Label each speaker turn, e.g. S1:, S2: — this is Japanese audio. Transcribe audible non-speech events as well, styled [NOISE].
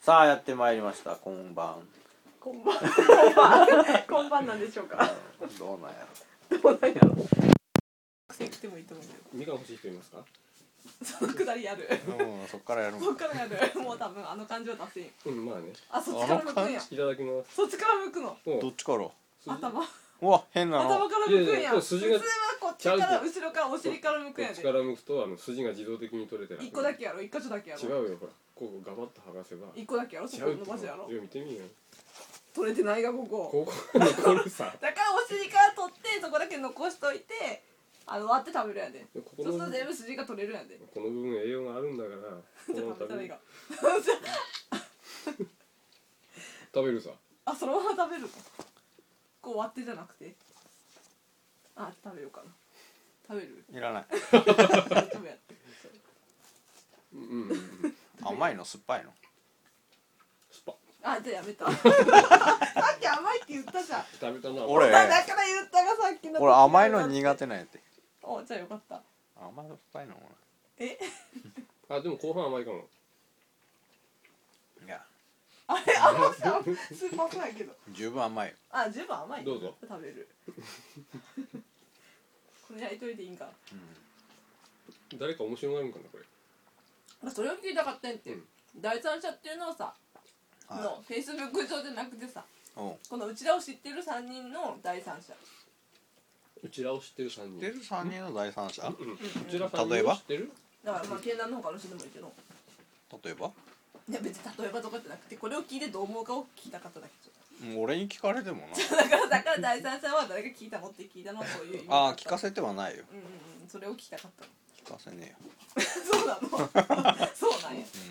S1: さあやってまいりましたこんばん
S2: こんばんこんばんこんばんなんでしょうか
S1: どうなんやろ
S2: どうなんやろ癖来てもいいと思うけど
S3: みかん欲しい人いますか
S2: そのくだりやる
S1: うんそっからやるん
S2: そっからやるもう多分あの感情出せんよ
S3: うんまあね
S2: あそっちから向くんや
S3: いただきます
S2: そっちから向くの
S3: も
S1: どっちから
S2: 頭
S1: うわ変な
S2: 頭
S1: の
S2: から向くん
S3: いやいや
S2: や
S3: これ
S2: 普
S3: 筋
S2: 通
S3: が
S2: はこっちから後ろからお尻から向くんやで
S3: 力抜くとあの筋が自動的に取れて
S2: 一個だけやろ一箇所だけや
S3: 違う
S2: ろ
S3: よほらこうガバッと剥がせば
S2: 一個だけやろそ
S3: 違
S2: こ
S3: う
S2: 伸ばすやろ
S3: いや見てみよ
S2: 取れてないがここ
S3: ここにこれさ
S2: だからお尻から取ってそこだけ残しといてあの割って食べるんやで
S3: こ
S2: そ
S3: こ
S2: うする
S3: の
S2: と全部筋が取れるんやで
S3: この部分栄養があるんだからこの
S2: 食べ
S3: 食
S2: たら
S3: べ
S2: いい
S3: る
S2: が [LAUGHS]
S3: 食べるさ
S2: あそのまま食べるのこう割ってじゃなくてあ食べようかな食べる
S1: いらない
S2: 大丈夫やって
S3: うんうんうん
S1: 甘いの酸っぱいの
S3: スパ
S2: あじゃあやめたさっき甘いって言ったじゃん
S3: 食べたな
S1: 俺
S2: だから言ったがさっきの
S1: 俺甘いの苦手なんやって
S2: おじゃあよかった
S1: 甘いの酸っぱいのも
S2: え
S3: あでも後半甘いかも
S1: ないや
S2: あれ甘さ酸っぱくないけど
S1: 十分甘いよ
S2: あ十分甘い
S3: どうぞ
S2: 食べるこのやりとりでいいんか
S3: 誰か面白がるんかなこれ
S2: あそれを聞いたかったんって、
S3: うん
S2: 第三者っていうのをさ、
S1: はい
S2: のフェイスブック上じゃなくてさ
S1: うん
S2: このうちらを知ってる三人の第三者
S3: うちらを知ってる三人
S1: 出る三人の第三者
S3: うんうちら三
S1: 例え
S3: 人を
S1: ば
S3: 知ってる
S2: だからまあ県南の方からの人でもいいけど
S1: 例えば
S2: いや別に例えばとかじゃなくてこれを聞いてどう思うかを聞きたかっただけちょっ
S1: うん俺に聞かれてもな
S2: とだからだから第三者は誰が聞いたのって聞いたのはそういう意味
S1: [LAUGHS] ああ聞か
S2: せ
S1: せてはないよ
S2: [LAUGHS] うんうんうんそれを聞きたかったの
S1: 聞かせねえよ
S2: そうなの [LAUGHS] そうなんや